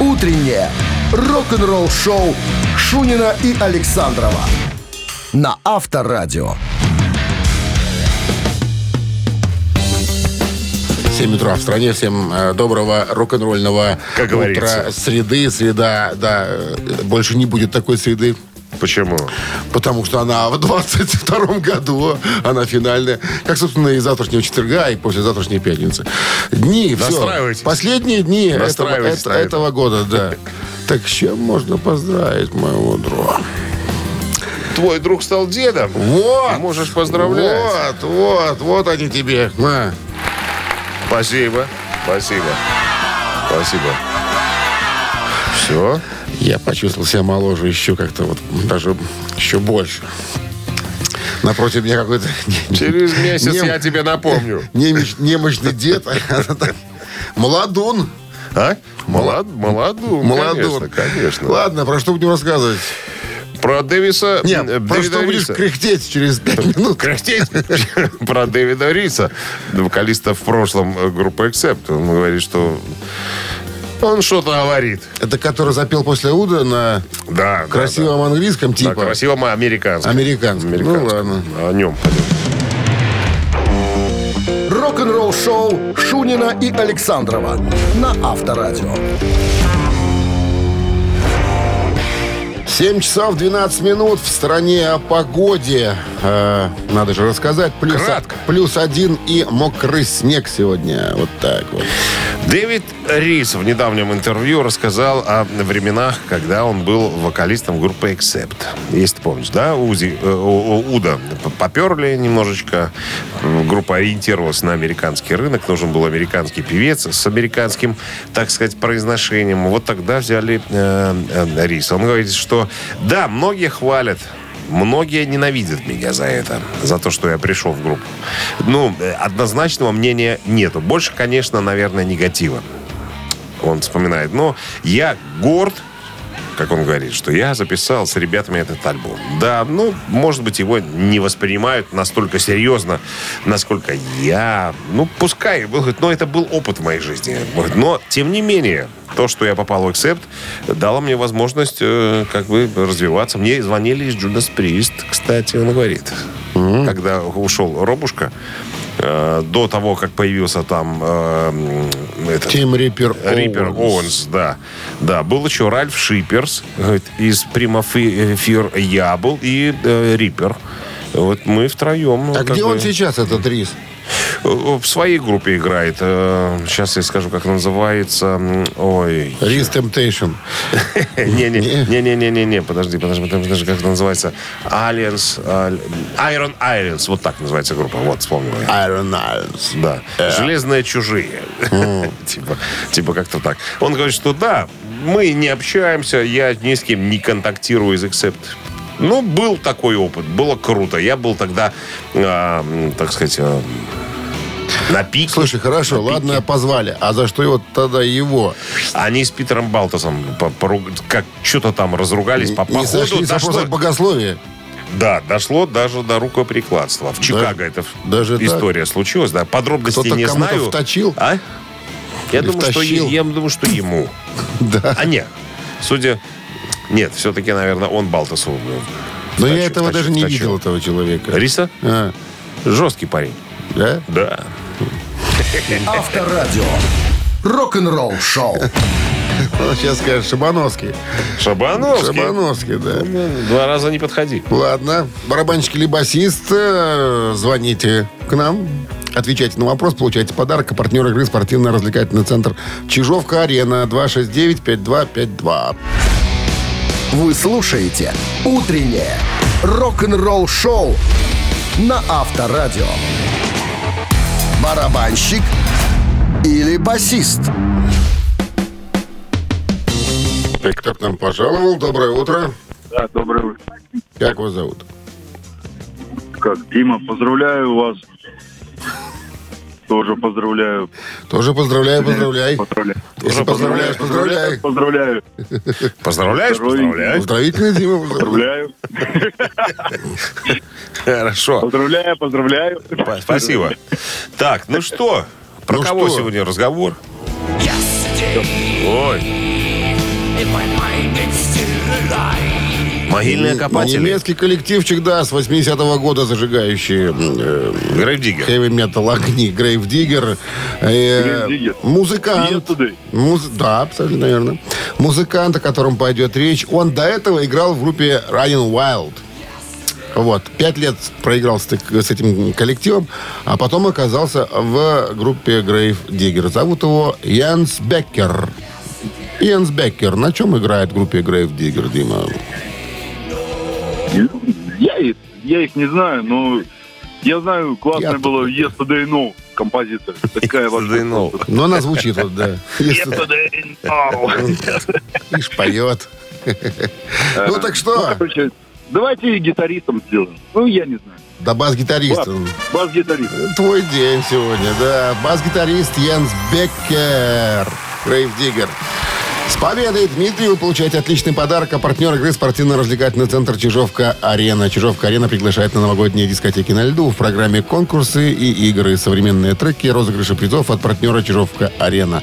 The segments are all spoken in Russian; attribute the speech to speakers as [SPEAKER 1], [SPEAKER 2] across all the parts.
[SPEAKER 1] утреннее рок-н-ролл-шоу Шунина и Александрова на Авторадио.
[SPEAKER 2] 7 утра в стране. Всем э, доброго рок-н-ролльного
[SPEAKER 3] Как
[SPEAKER 2] утра.
[SPEAKER 3] говорится.
[SPEAKER 2] Среды, среда, да, э, больше не будет такой среды.
[SPEAKER 3] Почему?
[SPEAKER 2] Потому что она в 22 году, она финальная. Как, собственно, и завтрашнего четверга, и послезавтрашней пятницы. Дни, всё.
[SPEAKER 3] Настраивайтесь.
[SPEAKER 2] Последние дни этого,
[SPEAKER 3] Настраивайтесь
[SPEAKER 2] это-
[SPEAKER 3] на это.
[SPEAKER 2] этого года, да. Так с чем можно поздравить моего друга?
[SPEAKER 3] Твой друг стал дедом.
[SPEAKER 2] Вот!
[SPEAKER 3] Можешь поздравлять.
[SPEAKER 2] Вот, вот, вот они тебе. а. На.
[SPEAKER 3] Спасибо. Спасибо. Спасибо. Все.
[SPEAKER 2] Я почувствовал себя моложе еще как-то вот даже еще больше. Напротив меня какой-то не-
[SPEAKER 3] Через месяц
[SPEAKER 2] Нем-
[SPEAKER 3] я тебе напомню.
[SPEAKER 2] немощ- немощный дед. а, Молодун.
[SPEAKER 3] А? Молод, молоду,
[SPEAKER 2] Молодун.
[SPEAKER 3] Конечно, конечно.
[SPEAKER 2] Ладно, про что будем рассказывать?
[SPEAKER 3] Про Дэвиса...
[SPEAKER 2] Нет,
[SPEAKER 3] м, э,
[SPEAKER 2] про
[SPEAKER 3] Дэвида
[SPEAKER 2] что будешь
[SPEAKER 3] Риса.
[SPEAKER 2] кряхтеть через пять
[SPEAKER 3] ну,
[SPEAKER 2] минут?
[SPEAKER 3] Кряхтеть. Про Дэвида Риса, вокалиста в прошлом э, группы Accept. Он говорит, что он что-то говорит.
[SPEAKER 2] Это который запел после Уда на
[SPEAKER 3] Да, да, да.
[SPEAKER 2] красивом английском,
[SPEAKER 3] Да,
[SPEAKER 2] типа.
[SPEAKER 3] красивом американском.
[SPEAKER 2] Американском. Ну ладно.
[SPEAKER 3] О нем.
[SPEAKER 1] Рок-н-ролл-шоу Шунина и Александрова на Авторадио.
[SPEAKER 2] 7 часов 12 минут в стране о погоде. Э, надо же рассказать. Плюс,
[SPEAKER 3] Кратко.
[SPEAKER 2] плюс один и мокрый снег сегодня. Вот так вот.
[SPEAKER 3] Дэвид Рис в недавнем интервью рассказал о временах, когда он был вокалистом группы Accept. Если ты помнишь, да, Узи, э, у- у- Уда п- поперли немножечко. М, Группа ориентировалась на американский рынок. Нужен был американский певец с американским, так сказать, произношением. Вот тогда взяли э, э, Риса. Он говорит, что да, многие хвалят Многие ненавидят меня за это, за то, что я пришел в группу. Ну, э, однозначного мнения нету. Больше, конечно, наверное, негатива. Он вспоминает. Но я горд, как он говорит, что я записал с ребятами этот альбом. Да, ну, может быть, его не воспринимают настолько серьезно, насколько я. Ну, пускай, Он говорит, но это был опыт в моей жизни. Он говорит, Но, тем не менее, то, что я попал в Accept, дало мне возможность э, как бы развиваться. Мне звонили из Judas Priest, кстати, он говорит. Когда ушел Робушка, э, до того, как появился там э, м, этот-
[SPEAKER 2] Тим Риппер
[SPEAKER 3] Риппер
[SPEAKER 2] Оуэнс.
[SPEAKER 3] Оуэнс, да. Да, был еще Ральф Шиперс говорит, из Prima Fear я был и э, Риппер. Вот мы втроем. ну,
[SPEAKER 2] А
[SPEAKER 3] как
[SPEAKER 2] где
[SPEAKER 3] бы,
[SPEAKER 2] он сейчас, этот рис?
[SPEAKER 3] э, В своей группе играет. Э, Сейчас я скажу, как называется. М, Ой.
[SPEAKER 2] Рис Темптейшн.
[SPEAKER 3] Не-не-не-не-не-не, подожди, подожди, подожди, подожди, как это называется? Aliens, аль- Iron Islands, вот так называется группа, вот, вспомнил я.
[SPEAKER 2] Iron Islands.
[SPEAKER 3] Да.
[SPEAKER 2] Э.
[SPEAKER 3] Железные чужие. Типа типа как-то так. Он говорит, что да, мы не общаемся, я ни с кем не контактирую из Accept. Ну, был такой опыт, было круто. Я был тогда, а, м, так сказать, а, на пике.
[SPEAKER 2] Слушай, хорошо, ладно, позвали. А за что его тогда его?
[SPEAKER 3] Они с Питером Балтасом по- поруг- как что-то там разругались. По,
[SPEAKER 2] не
[SPEAKER 3] походу
[SPEAKER 2] сошлись
[SPEAKER 3] дошло-
[SPEAKER 2] вопросов богословия.
[SPEAKER 3] Да, дошло даже до рукоприкладства. В Чикаго это
[SPEAKER 2] Даже так?
[SPEAKER 3] история случилась, да. Подробностей
[SPEAKER 2] Кто-то
[SPEAKER 3] не
[SPEAKER 2] кому-то
[SPEAKER 3] знаю.
[SPEAKER 2] вточил?
[SPEAKER 3] А? Я
[SPEAKER 2] Или
[SPEAKER 3] думаю, что
[SPEAKER 2] втащил?
[SPEAKER 3] е- я думаю, что ему.
[SPEAKER 2] Да.
[SPEAKER 3] А нет, судя... Нет, все-таки, наверное, он Балтасу. э,
[SPEAKER 2] Но я
[SPEAKER 3] вточил,
[SPEAKER 2] этого
[SPEAKER 3] вточил,
[SPEAKER 2] даже не
[SPEAKER 3] вточил.
[SPEAKER 2] видел, этого человека.
[SPEAKER 3] Риса?
[SPEAKER 2] А,
[SPEAKER 3] Жесткий парень.
[SPEAKER 2] да?
[SPEAKER 3] Да.
[SPEAKER 1] Авторадио. Рок-н-ролл-шоу.
[SPEAKER 2] Он Ну, сейчас скажет Шабановский.
[SPEAKER 3] Шабановский.
[SPEAKER 2] Шабановский, да.
[SPEAKER 3] Два раза не подходи.
[SPEAKER 2] Ладно, барабанщик или басист, э, звоните к нам, отвечайте на вопрос, получайте подарок. А партнер игры спортивно-развлекательный центр «Чижовка-арена» 269-5252.
[SPEAKER 1] Вы слушаете «Утреннее рок-н-ролл-шоу» на Авторадио. Барабанщик или басист?
[SPEAKER 2] Так, Кто к нам пожаловал? Доброе утро.
[SPEAKER 4] Да, доброе утро.
[SPEAKER 2] Как вас зовут?
[SPEAKER 4] Как, Дима, поздравляю вас. Тоже поздравляю.
[SPEAKER 2] Тоже поздравляю, поздравляй.
[SPEAKER 4] Поздравляю.
[SPEAKER 2] Если поздравляешь, поздравляй.
[SPEAKER 4] Поздравляю.
[SPEAKER 3] Поздравляешь?
[SPEAKER 4] Здоровенький.
[SPEAKER 3] Поздравляю.
[SPEAKER 2] Поздравительный Дима, поздравляю.
[SPEAKER 4] Поздравляю.
[SPEAKER 3] Хорошо.
[SPEAKER 4] Поздравляю, поздравляю.
[SPEAKER 3] Па- Спасибо. Так, ну что? Про
[SPEAKER 2] Ну
[SPEAKER 3] кого
[SPEAKER 2] что?
[SPEAKER 3] сегодня разговор? Ой, Могильные копатели.
[SPEAKER 2] Немецкий коллективчик, да, с 80-го года зажигающий э,
[SPEAKER 3] Грейвдиггер.
[SPEAKER 2] хэви-метал огни. Грейвдиггер. э,
[SPEAKER 4] Грейвдиггер.
[SPEAKER 2] Музыкант.
[SPEAKER 4] Yesterday.
[SPEAKER 2] Муз- Да, абсолютно верно. Музыкант, о котором пойдет речь. Он до этого играл в группе Running Wild. Вот. Пять лет проиграл с, так- с этим коллективом, а потом оказался в группе Grave Digger. Зовут его Янс Беккер. Янс Беккер. На чем играет в группе Grave Digger, Дима?
[SPEAKER 4] Я их, я их не знаю, но я знаю, классная
[SPEAKER 2] Я-
[SPEAKER 4] была Yesterday No композиция. Такая вот.
[SPEAKER 3] Да и ну.
[SPEAKER 2] Но она звучит вот, да. Если
[SPEAKER 4] Yesterday No.
[SPEAKER 2] Ишь, поет. Ну так что,
[SPEAKER 4] Короче, давайте гитаристом сделаем. Ну, я не знаю.
[SPEAKER 2] да бас-гитарист.
[SPEAKER 4] Бас-
[SPEAKER 2] он.
[SPEAKER 4] Бас-гитарист.
[SPEAKER 2] Твой день сегодня, да. Бас-гитарист Янс Беккер. Грейвдиггер. С победой, Дмитрий! Вы получаете отличный подарок. А партнер игры спортивно-развлекательный центр «Чижовка-Арена». «Чижовка-Арена» приглашает на новогодние дискотеки на льду. В программе конкурсы и игры, современные треки, розыгрыши призов от партнера «Чижовка-Арена».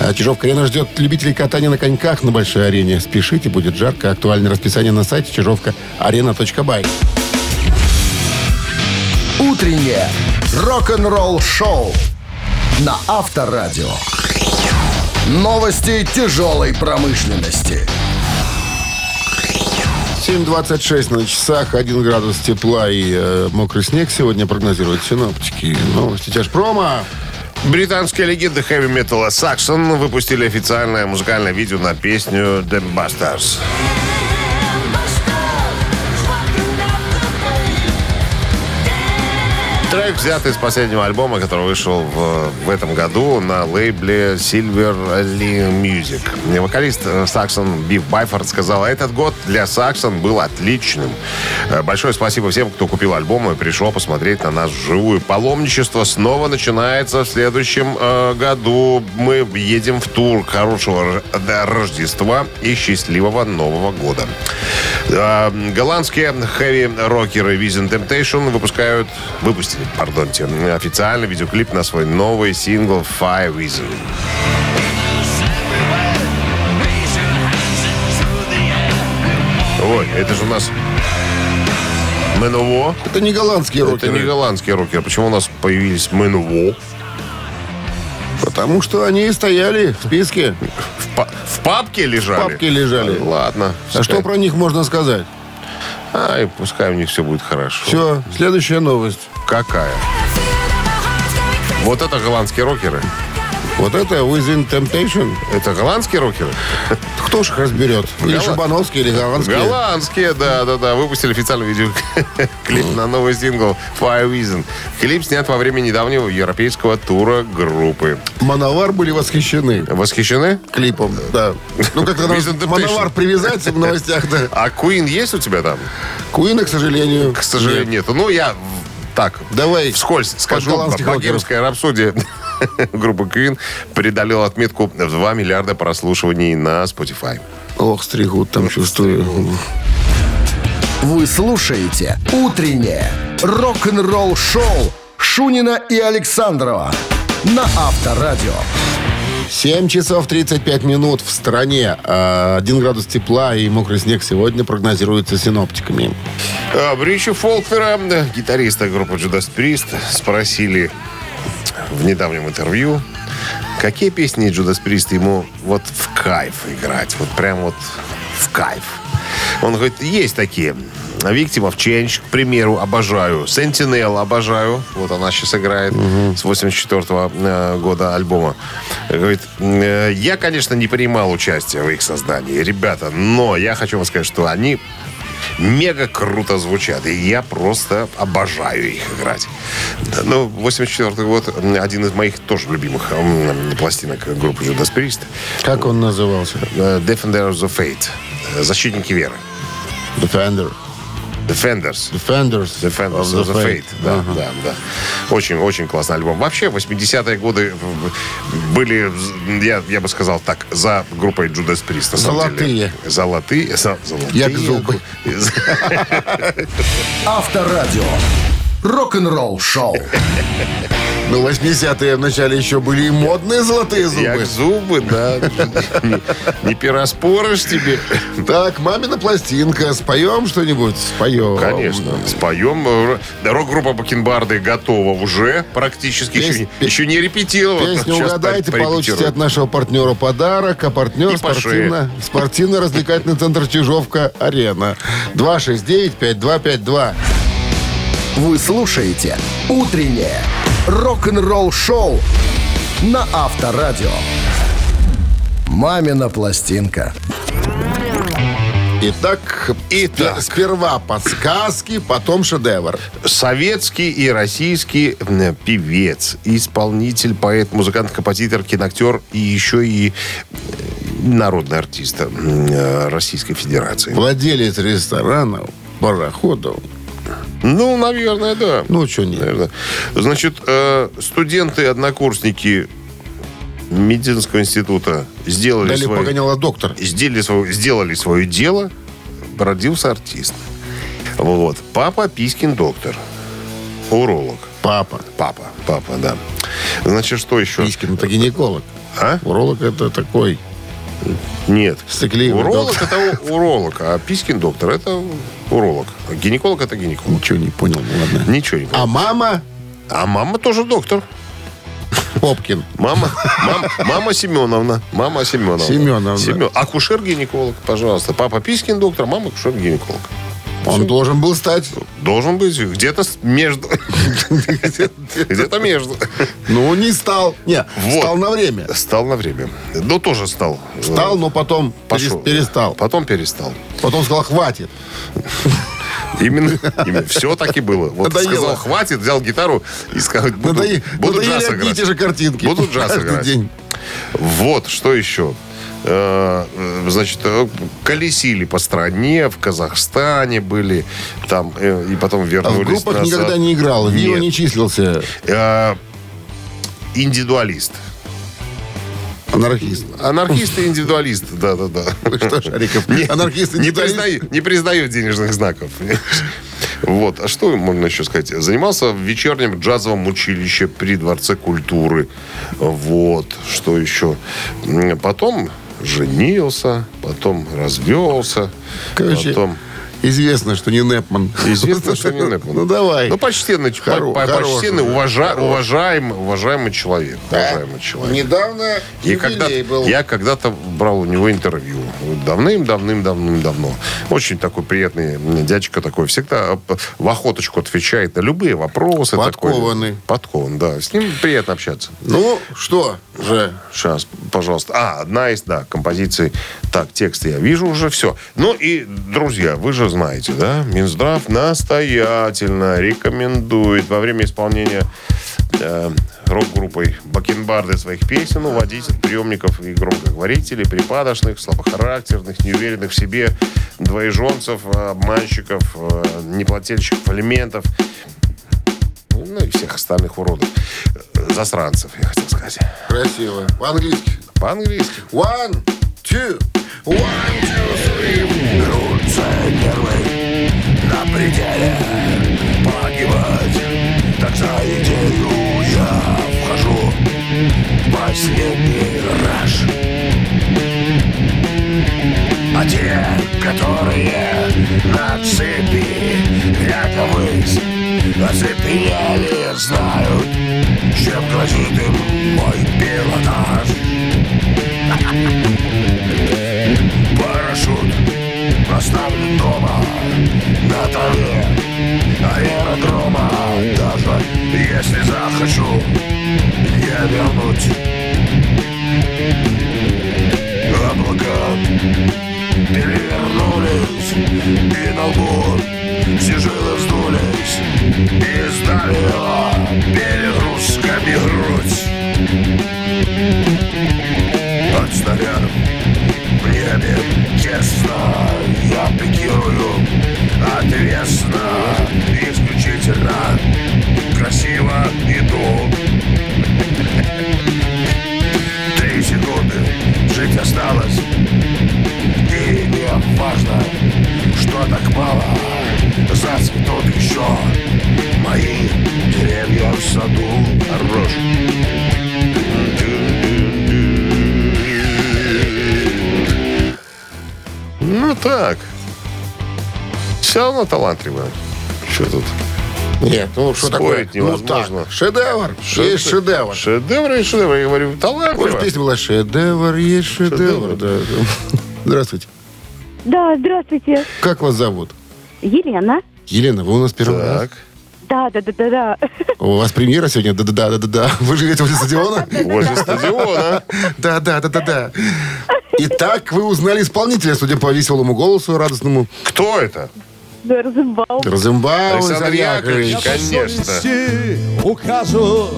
[SPEAKER 2] А «Чижовка-Арена» ждет любителей катания на коньках на большой арене. Спешите, будет жарко. Актуальное расписание на сайте «Чижовка-Арена.бай».
[SPEAKER 1] Утреннее рок-н-ролл-шоу на Авторадио. Новости тяжелой промышленности.
[SPEAKER 2] 7.26 на часах, 1 градус тепла и э, мокрый снег сегодня прогнозируют синоптики. Новости тяжпрома.
[SPEAKER 3] Британские легенды хэви-металла Саксон выпустили официальное музыкальное видео на песню The Bastards. Трек взят из последнего альбома, который вышел в, в этом году на лейбле Silver Lee Music. И Вокалист э, Саксон Биф Байфорд сказал, этот год для Саксон был отличным. Э, Большое спасибо всем, кто купил альбом и пришел посмотреть на нас вживую. Паломничество снова начинается в следующем э, году. Мы едем в тур. Хорошего Р- да, Рождества и счастливого Нового года. Э, Голландские хэви-рокеры Vision Temptation выпускают, выпустили, пардонте, официальный видеоклип на свой новый сингл Fire Reason. Ой, это же у нас Мэнуво.
[SPEAKER 2] Это не голландские
[SPEAKER 3] Это
[SPEAKER 2] рокеры.
[SPEAKER 3] не голландские рокеры. Почему у нас появились Мэнуво?
[SPEAKER 2] Потому что они стояли в списке.
[SPEAKER 3] В, па- в папке лежали?
[SPEAKER 2] папке лежали.
[SPEAKER 3] Ладно.
[SPEAKER 2] А что про них можно сказать?
[SPEAKER 3] Ай, пускай у них все будет хорошо.
[SPEAKER 2] Все, следующая новость.
[SPEAKER 3] Какая? Вот это голландские рокеры.
[SPEAKER 2] Вот это Within Temptation.
[SPEAKER 3] Это голландские рокеры?
[SPEAKER 2] Кто ж их разберет? Или
[SPEAKER 3] Голланд-
[SPEAKER 2] Шабановский, или голландский?
[SPEAKER 3] Голландские, да-да-да. Выпустили официальный видеоклип на новый сингл Fire Reason. Клип снят во время недавнего европейского тура группы.
[SPEAKER 2] Мановар были восхищены
[SPEAKER 3] Восхищены?
[SPEAKER 2] клипом, да. Ну, как-то
[SPEAKER 3] Within Temptation.
[SPEAKER 2] Мановар привязать в новостях, да.
[SPEAKER 3] А Queen есть у тебя там?
[SPEAKER 2] Куина, к сожалению.
[SPEAKER 3] К сожалению, нету. Ну, я в- так,
[SPEAKER 2] Давай.
[SPEAKER 3] вскользь скажу,
[SPEAKER 2] голландских
[SPEAKER 3] богемская рапсодия группы Queen преодолела отметку в 2 миллиарда прослушиваний на Spotify.
[SPEAKER 2] Ох, стригут там, чувствую.
[SPEAKER 1] Вы слушаете «Утреннее рок-н-ролл-шоу» Шунина и Александрова на Авторадио.
[SPEAKER 2] 7 часов 35 минут в стране. 1 градус тепла и мокрый снег сегодня прогнозируется синоптиками.
[SPEAKER 3] А, Ричи Фолкнера, э, гитариста группы Judas Priest, спросили в недавнем интервью, какие песни Judas Priest ему вот в кайф играть, вот прям вот в кайф. Он говорит, есть такие. Victim of Change, к примеру, обожаю. Sentinel обожаю. Вот она сейчас играет с 84 года альбома. Говорит, «Э, я, конечно, не принимал участия в их создании, ребята, но я хочу вам сказать, что они мега круто звучат. И я просто обожаю их играть. Да, Ну, 84 год, м, один из моих тоже любимых м, пластинок группы Judas Priest.
[SPEAKER 2] Как он назывался?
[SPEAKER 3] Э, Defenders of Fate. э, Защитники веры.
[SPEAKER 2] Defender.
[SPEAKER 3] Defenders.
[SPEAKER 2] Defenders.
[SPEAKER 3] Defenders of the Fate. Да, да, да. Очень, очень классный альбом. Вообще, 80-е годы м, были, м, я, я бы сказал так, за группой Judas Priest. на самом деле.
[SPEAKER 2] Золотые.
[SPEAKER 3] Золотые. за- Золотые.
[SPEAKER 2] Як зуби.
[SPEAKER 1] Авторадио. Рок-н-ролл-шоу.
[SPEAKER 2] Ну, 80-е вначале еще были и модные золотые зубы.
[SPEAKER 3] Як зубы, да. Не, не переспоришь тебе.
[SPEAKER 2] Так, мамина пластинка. Споем что-нибудь? Споем.
[SPEAKER 3] Конечно. Споем. Рок-группа Бакенбарды готова уже практически. Еще,
[SPEAKER 2] Песня-
[SPEAKER 3] не- еще не репетировала.
[SPEAKER 2] Песню
[SPEAKER 3] Сейчас
[SPEAKER 2] угадайте,
[SPEAKER 3] порепетирует.
[SPEAKER 2] получите от нашего партнера подарок, а партнер
[SPEAKER 3] И по шее.
[SPEAKER 2] спортивно, спортивно-развлекательный центр Чижовка-Арена. 269-5252.
[SPEAKER 1] Вы слушаете «Утреннее рок-н-ролл-шоу» на Авторадио. «Мамина пластинка».
[SPEAKER 2] Итак,
[SPEAKER 3] Итак.
[SPEAKER 2] спе- сперва подсказки, потом шедевр.
[SPEAKER 3] Советский и российский м, певец, исполнитель, поэт, музыкант, композитор, киноактер и еще и э, народный артист м, э, Российской Федерации.
[SPEAKER 2] Владелец ресторанов, пароходов.
[SPEAKER 3] Ну, наверное, да.
[SPEAKER 2] Ну, что нет.
[SPEAKER 3] Наверное. Значит, э, студенты, однокурсники медицинского института сделали
[SPEAKER 2] Дали
[SPEAKER 3] свои-
[SPEAKER 2] погоняла доктор.
[SPEAKER 3] сделали, свое, сделали свое дело, родился артист. Вот. Папа Писькин доктор. Уролог.
[SPEAKER 2] Папа.
[SPEAKER 3] Папа. Папа, да. Значит, что еще?
[SPEAKER 2] Писькин, это гинеколог.
[SPEAKER 3] А?
[SPEAKER 2] Уролог это такой
[SPEAKER 3] Нет.
[SPEAKER 2] стыкливый
[SPEAKER 3] уролог
[SPEAKER 2] доктор.
[SPEAKER 3] это у- уролог, а Писькин доктор это уролог. А Гинеколог это гинеколог.
[SPEAKER 2] Ничего не понял, ну ладно.
[SPEAKER 3] Ничего не
[SPEAKER 2] А
[SPEAKER 3] понимаю.
[SPEAKER 2] мама
[SPEAKER 3] А мама тоже доктор.
[SPEAKER 2] Попкин.
[SPEAKER 3] Мама, мам- мама Семеновна. Мама Семеновна.
[SPEAKER 2] Семеновна.
[SPEAKER 3] Семен- Акушер-гинеколог, пожалуйста. Папа Писькин доктор, мама акушер-гинеколог.
[SPEAKER 2] Он должен был стать.
[SPEAKER 3] Должен быть где-то с- между. Где-то между.
[SPEAKER 2] Ну, не стал. Не,
[SPEAKER 3] Вот.
[SPEAKER 2] стал на время.
[SPEAKER 3] Стал на время. Ну, тоже стал.
[SPEAKER 2] Стал, но потом
[SPEAKER 3] Пошел.
[SPEAKER 2] перес- перестал.
[SPEAKER 3] Потом перестал.
[SPEAKER 2] Потом сказал, хватит.
[SPEAKER 3] Именно, все так и было. Вот
[SPEAKER 2] Надоело.
[SPEAKER 3] сказал, хватит, взял гитару и сказал, буду,
[SPEAKER 2] Надои-
[SPEAKER 3] буду
[SPEAKER 2] надоели
[SPEAKER 3] джаз
[SPEAKER 2] одни и
[SPEAKER 3] играть.
[SPEAKER 2] те же картинки.
[SPEAKER 3] Буду джаз
[SPEAKER 2] Каждый
[SPEAKER 3] играть.
[SPEAKER 2] день.
[SPEAKER 3] Вот, что еще? Э, э, Значит, э, колесили по стране, в Казахстане были, там, э, и потом
[SPEAKER 2] А в
[SPEAKER 3] вернулись
[SPEAKER 2] группах
[SPEAKER 3] назад.
[SPEAKER 2] никогда не играл. В Вио
[SPEAKER 3] Нет.
[SPEAKER 2] не числился.
[SPEAKER 3] Э, Индивидуалист.
[SPEAKER 2] Анархист.
[SPEAKER 3] Анархист и индивидуалист, да-да-да.
[SPEAKER 2] Что, Шариков?
[SPEAKER 3] Не-
[SPEAKER 2] Анархист и
[SPEAKER 3] не,
[SPEAKER 2] гитарист?
[SPEAKER 3] признаю, не признаю денежных знаков. понимаешь? Вот. А что можно еще сказать? Занимался в вечернем джазовом училище при Дворце культуры. Вот. Что еще? М, Потом женился, потом развелся.
[SPEAKER 2] Короче,
[SPEAKER 3] потом...
[SPEAKER 2] Известно, что не Непман.
[SPEAKER 3] Известно, что не Непман.
[SPEAKER 2] Ну, давай.
[SPEAKER 3] Ну, почтенный, ч-
[SPEAKER 2] Хоро-
[SPEAKER 3] по- по-
[SPEAKER 2] хороший,
[SPEAKER 3] почтенный, уважа- уважаемый, уважаемый человек. Уважаемый человек.
[SPEAKER 2] Недавно
[SPEAKER 3] И когда
[SPEAKER 2] юбилей был.
[SPEAKER 3] я когда-то брал у него интервью. Давным-давным-давным-давно. Очень такой приятный дядечка такой. Всегда в охоточку отвечает на любые вопросы. такой.
[SPEAKER 2] Подкованный.
[SPEAKER 3] Подкован, да. С ним приятно общаться.
[SPEAKER 2] Ну, что же?
[SPEAKER 3] Сейчас, пожалуйста. А, одна из, да, композиций. Так, текст я вижу уже, все. Ну и, друзья, вы же знаете, да, Минздрав настоятельно рекомендует во время исполнения э, рок-группой Бакенбарды своих песен уводить от приемников и громкоговорителей, припадочных, слабохарактерных, неуверенных в себе, двоежонцев, э, обманщиков, э, неплательщиков алиментов, ну и всех остальных уродов. Э, Засранцев, я хотел сказать.
[SPEAKER 2] Красиво. По-английски.
[SPEAKER 3] По-английски.
[SPEAKER 2] One, two, one, two,
[SPEAKER 5] Крутся нервы на пределе Погибать Так за идею я вхожу В последний раж А те, которые на цепи Рядовысь Оцепенели, знают Чем грозит им мой пилотаж Парашют оставлен дома На траве аэродрома Даже если захочу Я вернуть Облака перевернулись И на лбу сижилы вздулись И сдавила перегрузками грудь От снарядов в небе тесно Я пикирую ответственно Исключительно красиво иду Три секунды жить осталось И не важно, что так мало Зацветут еще мои деревья в саду
[SPEAKER 3] Хорош. Ну так. Все равно талантливая. Что тут?
[SPEAKER 2] Нет, ну что такое?
[SPEAKER 3] Спорить невозможно.
[SPEAKER 2] Ну так, шедевр. есть шедевр.
[SPEAKER 3] Шедевр и шедевр. Я говорю,
[SPEAKER 2] Помнишь,
[SPEAKER 3] талантливая.
[SPEAKER 2] песня была «Шедевр есть шедевр». да. Здравствуйте.
[SPEAKER 6] Да, здравствуйте.
[SPEAKER 2] Как вас зовут?
[SPEAKER 6] Елена.
[SPEAKER 2] Елена, вы у нас первый раз.
[SPEAKER 3] Так.
[SPEAKER 6] Да, да, да, да, да.
[SPEAKER 2] У вас премьера сегодня? Да-да-да-да-да. Вы живете возле стадиона?
[SPEAKER 3] Возле стадиона.
[SPEAKER 2] Да-да-да-да-да. Итак, вы узнали исполнителя, судя по веселому голосу радостному.
[SPEAKER 3] Кто это?
[SPEAKER 6] Да, Розенбаум.
[SPEAKER 2] Розенбаум
[SPEAKER 3] Александр Яковлевич, конечно.
[SPEAKER 7] совести указу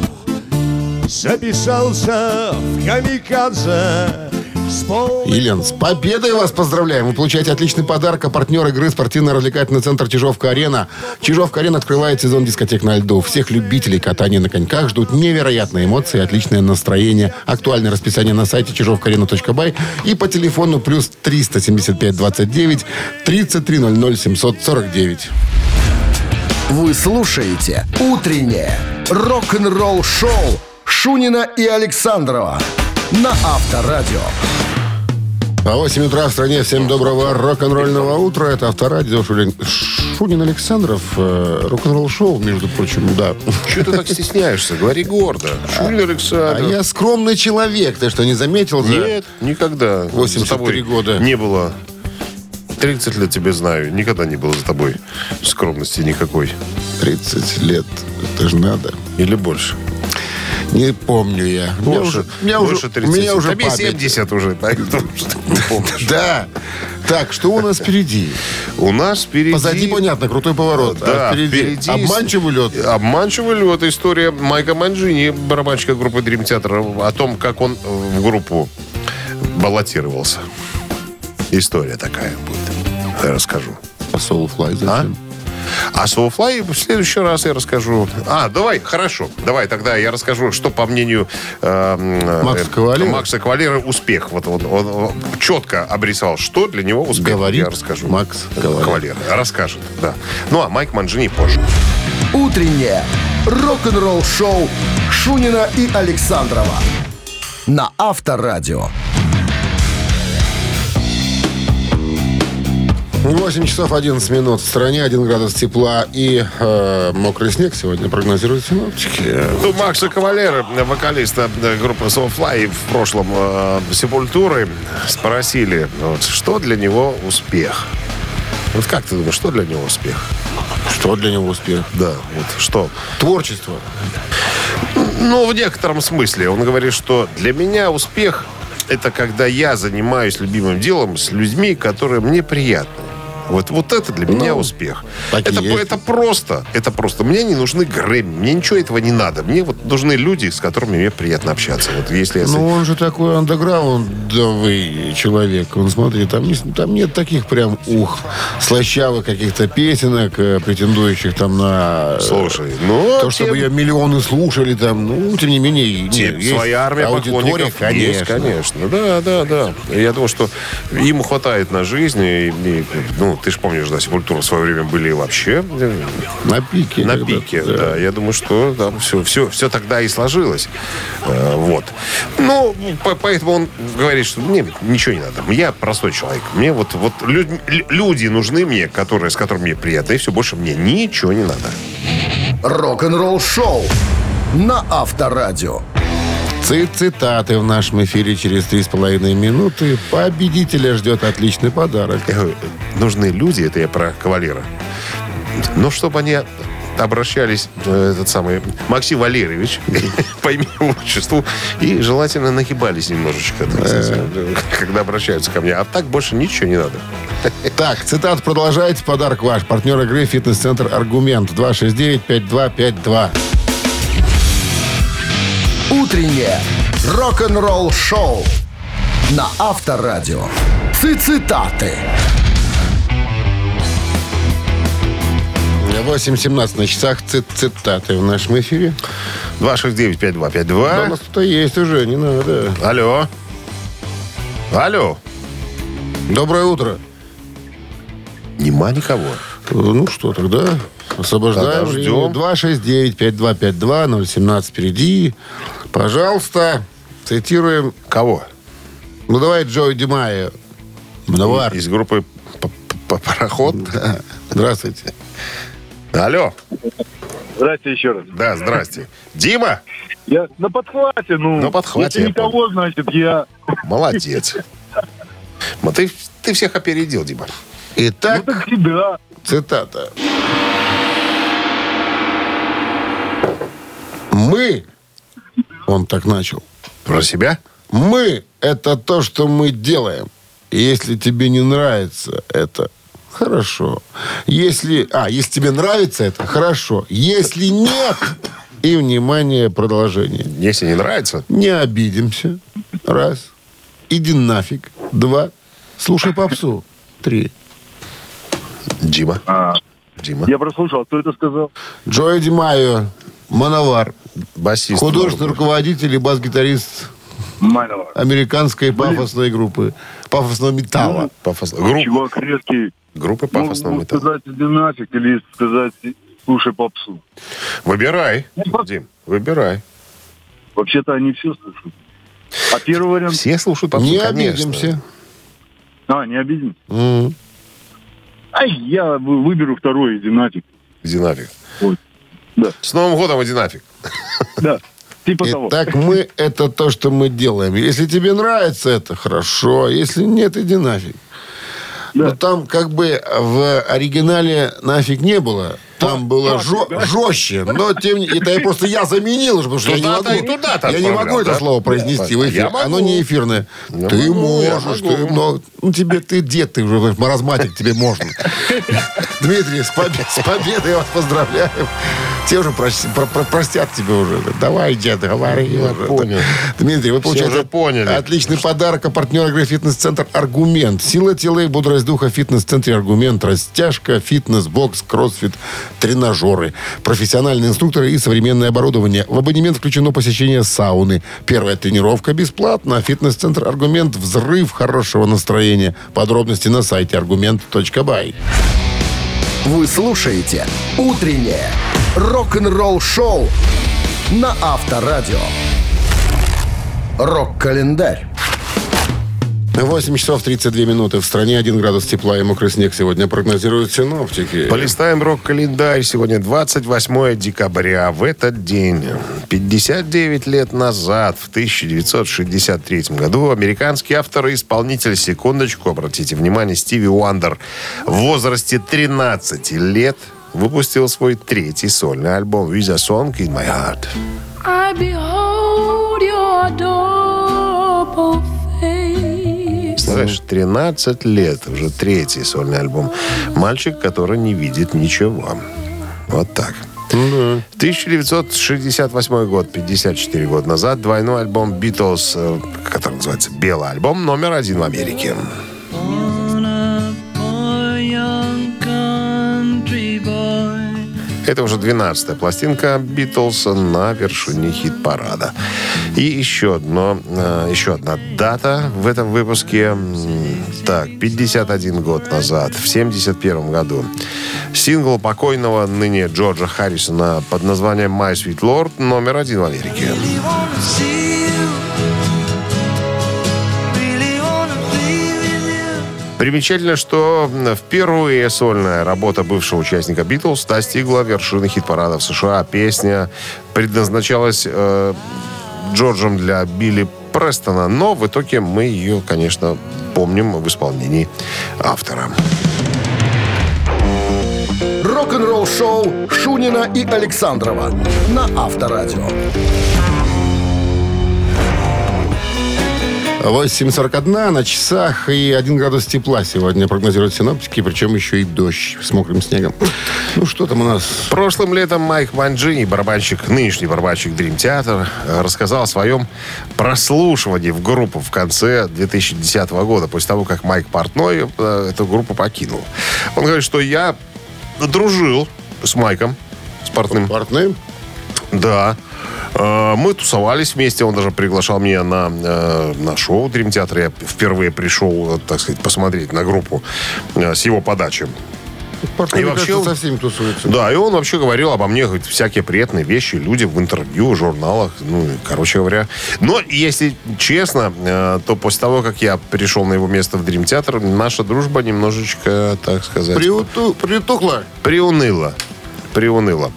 [SPEAKER 7] Записался в камикадзе Вспомнил
[SPEAKER 2] Елен, с победой вас поздравляем! Вы получаете отличный подарок, а партнер игры спортивно-развлекательный центр «Чижовка-арена». «Чижовка-арена» открывает сезон дискотек на льду. Всех любителей катания на коньках ждут невероятные эмоции, отличное настроение. Актуальное расписание на сайте чижовкаарена.бай и по телефону плюс 375 29 3300 749.
[SPEAKER 1] Вы слушаете «Утреннее рок-н-ролл-шоу» Шунина и Александрова на Авторадио.
[SPEAKER 2] А 8 утра в стране. Всем доброго рок-н-ролльного утра. Это авторадио Шулин... Шунин Александров. э, Рок-н-ролл шоу, между прочим, да.
[SPEAKER 3] Чего ты так стесняешься? Говори гордо. Шунин
[SPEAKER 2] А
[SPEAKER 3] Александр.
[SPEAKER 2] я скромный человек, ты что, не заметил? да?
[SPEAKER 3] Нет, никогда.
[SPEAKER 2] 84
[SPEAKER 3] За тобой
[SPEAKER 2] года.
[SPEAKER 3] Не было. 30 лет тебе знаю. Никогда не было за тобой скромности никакой.
[SPEAKER 2] 30 лет, это же надо.
[SPEAKER 3] Или больше.
[SPEAKER 2] Не помню я. У меня уже- у меня
[SPEAKER 3] больше
[SPEAKER 2] уже, у меня уже
[SPEAKER 3] Тебе
[SPEAKER 2] память.
[SPEAKER 3] 70 уже, поэтому что ты не помнишь.
[SPEAKER 2] Да. Так, что у нас впереди?
[SPEAKER 3] У нас впереди...
[SPEAKER 2] Позади, понятно, крутой поворот.
[SPEAKER 3] Да,
[SPEAKER 2] а впереди,
[SPEAKER 3] впереди-
[SPEAKER 2] обманчивый лед.
[SPEAKER 3] Обманчивый лед. История Майка Манджини, барабанщика группы Dream Theater, о том, как он в группу баллотировался. История такая будет. Я расскажу.
[SPEAKER 2] А Soulfly зачем?
[SPEAKER 3] А Soulfly в следующий раз я расскажу. А, давай, хорошо. Давай тогда я расскажу, что, по мнению э,
[SPEAKER 2] Макса
[SPEAKER 3] э,
[SPEAKER 2] Кавалера?
[SPEAKER 3] Макса Кавалера, успех. Вот он, он, он четко обрисовал, что для него успех.
[SPEAKER 2] Говорит
[SPEAKER 3] я расскажу.
[SPEAKER 2] Макс Кавалер.
[SPEAKER 3] Кавалер. Расскажет, да. Ну, а Майк Манджини позже.
[SPEAKER 1] «Утреннее рок-н-ролл-шоу» Шунина и Александрова на Авторадио.
[SPEAKER 2] 8 часов 11 минут. В стране 1 градус тепла и э, мокрый снег сегодня прогнозируют синоптики.
[SPEAKER 3] Ну, Макса Кавалера, вокалиста э, группы Soulfly в прошлом э, Сепультуры, спросили, вот, что для него успех. Вот как ты думаешь, что для него успех?
[SPEAKER 2] Что для него успех?
[SPEAKER 3] Да, вот что?
[SPEAKER 2] Творчество.
[SPEAKER 3] Ну, в некотором смысле. Он говорит, что для меня успех – это когда я занимаюсь любимым делом с людьми, которые мне приятны. Вот, вот это для меня успех.
[SPEAKER 2] Ну, так и
[SPEAKER 3] Это,
[SPEAKER 2] есть.
[SPEAKER 3] это просто. Это просто. Мне не нужны Грэмми, мне ничего этого не надо. Мне вот нужны люди, с которыми мне приятно общаться. Вот если я с
[SPEAKER 2] Ну, он же такой андеграундовый человек. Он, смотри, там, не- там нет таких прям, ух, слащавых каких-то песенок, э, претендующих там на... э,
[SPEAKER 3] Слушай, ну...
[SPEAKER 2] То, чтобы ее миллионы слушали там, ну, тем не менее,
[SPEAKER 3] тем-
[SPEAKER 2] нет, есть
[SPEAKER 3] своя армия
[SPEAKER 2] аудитория,
[SPEAKER 3] поклонников
[SPEAKER 2] конечно.
[SPEAKER 3] есть, конечно. Да, да, да. Я думаю, что им хватает на жизнь. и- и, ну, ты же помнишь, да, Сепультура в свое время были вообще
[SPEAKER 2] На пике.
[SPEAKER 3] на
[SPEAKER 2] когда-то,
[SPEAKER 3] пике. Да, я думаю, что там все, все, все тогда и сложилось. Э, вот. Ну, по- поэтому он говорит, что мне ничего не надо. Я простой человек. Мне вот, вот люд- лю- люди нужны мне, которые, с которыми мне приятно, и все больше мне ничего не надо.
[SPEAKER 1] Рок-н-ролл-шоу на Авторадио.
[SPEAKER 2] Ци- Цитаты в нашем эфире через 3,5 минуты. Победителя ждет отличный подарок.
[SPEAKER 3] Я говорю, Э, нужны люди, это я про кавалера. Но чтобы они обращались, э, этот самый Максим Валерьевич, по имени отчеству, и желательно нагибались немножечко, так сказать, э, когда обращаются ко мне. А так больше ничего не надо.
[SPEAKER 2] Так, цитат продолжайте. Подарок ваш. Партнер игры «Фитнес-центр Аргумент» 269-5252.
[SPEAKER 1] «Утреннее рок-н-ролл-шоу» на Авторадио. Цитаты.
[SPEAKER 2] 8.17 на часах цит- цитаты в нашем эфире.
[SPEAKER 3] 269-5252.
[SPEAKER 2] Да, ну, у нас кто-то есть уже, не надо.
[SPEAKER 3] Алло. Алло.
[SPEAKER 2] Доброе утро.
[SPEAKER 3] Нема никого.
[SPEAKER 2] Э, Ну что, тогда освобождаем.
[SPEAKER 3] Подождем.
[SPEAKER 2] 269-5252-017 впереди. Пожалуйста, цитируем.
[SPEAKER 3] Кого?
[SPEAKER 2] Ну давай Джой Димая. Мновар.
[SPEAKER 3] Из группы П- П- Пароход.
[SPEAKER 2] Здравствуйте.
[SPEAKER 3] Алло.
[SPEAKER 4] Здрасте еще раз.
[SPEAKER 3] Да, здрасте. Дима,
[SPEAKER 4] Я на подхвате, ну.
[SPEAKER 3] На подхвате,
[SPEAKER 4] Если
[SPEAKER 3] я
[SPEAKER 4] никого, значит, я...
[SPEAKER 3] молодец. Ну, Ты, ты всех опередил, Дима.
[SPEAKER 4] Ну
[SPEAKER 2] Итак,
[SPEAKER 4] так и да.
[SPEAKER 2] цитата. Мы, он так начал,
[SPEAKER 3] Про себя?
[SPEAKER 2] мы – это то, что мы делаем. И если тебе не нравится это, хорошо. Если, а, если тебе нравится это, хорошо. Если нет, и, внимание, продолжение.
[SPEAKER 3] Если не нравится,
[SPEAKER 2] Не обидимся. Раз. Иди нафиг. Два. Слушай попсу. Три.
[SPEAKER 3] Дима.
[SPEAKER 4] А,
[SPEAKER 3] Дима.
[SPEAKER 4] я прослушал, а кто это сказал?
[SPEAKER 2] Джоэ Ди Майо. Мановар.
[SPEAKER 3] Басист.
[SPEAKER 2] Художественный руководитель и бас-гитарист
[SPEAKER 4] Майнова.
[SPEAKER 2] американской пафосной группы. Пафосного металла.
[SPEAKER 3] Пафос... Групп...
[SPEAKER 4] Чувак резкий.
[SPEAKER 3] Группы Ну, пафосного
[SPEAKER 4] Мог бы
[SPEAKER 3] металла.
[SPEAKER 4] сказать иди нафиг или сказать слушай попсу.
[SPEAKER 3] Выбирай,
[SPEAKER 4] Ну, просто-
[SPEAKER 3] Дим, выбирай.
[SPEAKER 4] Вообще-то они все слушают. А первый вариант...
[SPEAKER 3] Все слушают попсу,
[SPEAKER 2] Не
[SPEAKER 3] конечно.
[SPEAKER 2] обидимся.
[SPEAKER 4] А, не обидим.
[SPEAKER 2] М.
[SPEAKER 4] А я вы- выберу второй, иди нафиг.
[SPEAKER 3] Иди нафиг.
[SPEAKER 4] Ой, да.
[SPEAKER 3] С Новым годом, иди нафиг.
[SPEAKER 4] Да, типа того.
[SPEAKER 2] Итак, мы – это то, что мы делаем. Если тебе нравится это, хорошо. Если нет, иди нафиг.
[SPEAKER 4] Да.
[SPEAKER 2] Но там как бы в оригинале нафиг не было. Там было жё- жестче. Но тем не это я просто я заменил, потому что я не
[SPEAKER 3] Туда-то и
[SPEAKER 2] могу,
[SPEAKER 3] туда-то
[SPEAKER 2] я не
[SPEAKER 3] отправлял,
[SPEAKER 2] могу это
[SPEAKER 3] да?
[SPEAKER 2] слово произнести в
[SPEAKER 3] Я
[SPEAKER 2] эфир.
[SPEAKER 3] могу.
[SPEAKER 2] Оно не эфирное.
[SPEAKER 3] Я
[SPEAKER 2] ты
[SPEAKER 3] могу, я
[SPEAKER 2] можешь,
[SPEAKER 3] могу.
[SPEAKER 2] ты, но, ну, тебе ты дед, ты уже знаешь, маразматик, тебе можно. Дмитрий, с победой, с победой вас поздравляем. Те уже проч- про- про- простят тебе уже. Давай, дед, говори. уже.
[SPEAKER 3] понял.
[SPEAKER 2] Дмитрий, вы получаете
[SPEAKER 3] уже поняли.
[SPEAKER 2] отличный подарок от партнера игры «Фитнес-центр Аргумент». Сила тела и бодрость духа в «Фитнес-центре Аргумент». Растяжка, фитнес-бокс, кроссфит, тренажеры. Профессиональные инструкторы и современное оборудование. В абонемент включено посещение сауны. Первая тренировка бесплатна. «Фитнес-центр Аргумент» – взрыв хорошего настроения. Подробности на сайте аргумент.бай.
[SPEAKER 1] Вы слушаете «Утреннее рок-н-ролл-шоу» на Авторадио. Рок-календарь.
[SPEAKER 2] 8 часов 32 минуты. В стране 1 градус тепла и мокрый снег сегодня прогнозируют синоптики.
[SPEAKER 3] Полистаем рок-календарь. Сегодня 28 декабря. А В этот день, 59 лет назад, в 1963 году, американский автор и исполнитель, секундочку, обратите внимание, Стиви Уандер в возрасте 13 лет выпустил свой третий сольный альбом «With a Song in My Heart».
[SPEAKER 8] I behold your adorable face.
[SPEAKER 3] Знаешь, 13 лет, уже третий сольный альбом. Мальчик, который не видит ничего. Вот так. 1968 год, 54 года назад, двойной альбом Beatles, э, который называется «Белый альбом», номер один в Америке. Это уже 12-я пластинка Битлз на вершине хит-парада. И еще, одно, э, еще одна дата в этом выпуске. М, Так, 51 год назад, в 71 году. Сингл покойного ныне Джорджа Харрисона под названием «My Sweet Lord» номер один в Америке. Примечательно, что впервые сольная работа бывшего участника Битлз достигла вершины хит-парада в США. Песня предназначалась э, Джорджем для Билли Престона, но в итоге мы ее, конечно, помним в исполнении автора.
[SPEAKER 1] Рок-н-ролл-шоу Шунина и Александрова на Авторадио.
[SPEAKER 2] 8.41 на часах и 1 градус тепла сегодня прогнозируют синоптики, причем еще и дождь с мокрым снегом. Ну что там у нас?
[SPEAKER 3] Прошлым летом Майк Манджини, барабанщик, нынешний барабанщик Dream Theater, э, рассказал о своем прослушивании в группу в конце 2010 года, после того, как Майк Портной э, эту группу покинул. Он говорит, что я дружил с Майком, с Портным.
[SPEAKER 2] Портным?
[SPEAKER 3] Да. Э, Мы тусовались вместе, он даже приглашал меня на, э, на шоу Дримтеатра. Я впервые пришел, э, так сказать, посмотреть на группу э, с его подачи.
[SPEAKER 2] Парк,
[SPEAKER 3] И
[SPEAKER 2] мне
[SPEAKER 3] вообще
[SPEAKER 2] кажется,
[SPEAKER 3] он-
[SPEAKER 2] со всеми тусуется.
[SPEAKER 3] Да, и он вообще говорил обо мне говорит, всякие приятные вещи, люди в интервью, в журналах, ну, короче говоря. Но, если честно, э, то после того, как я перешел на его место в Дримтеатр, наша дружба немножечко, так сказать...
[SPEAKER 2] Приуту- Притухло?
[SPEAKER 3] Приуныло. Приуныло.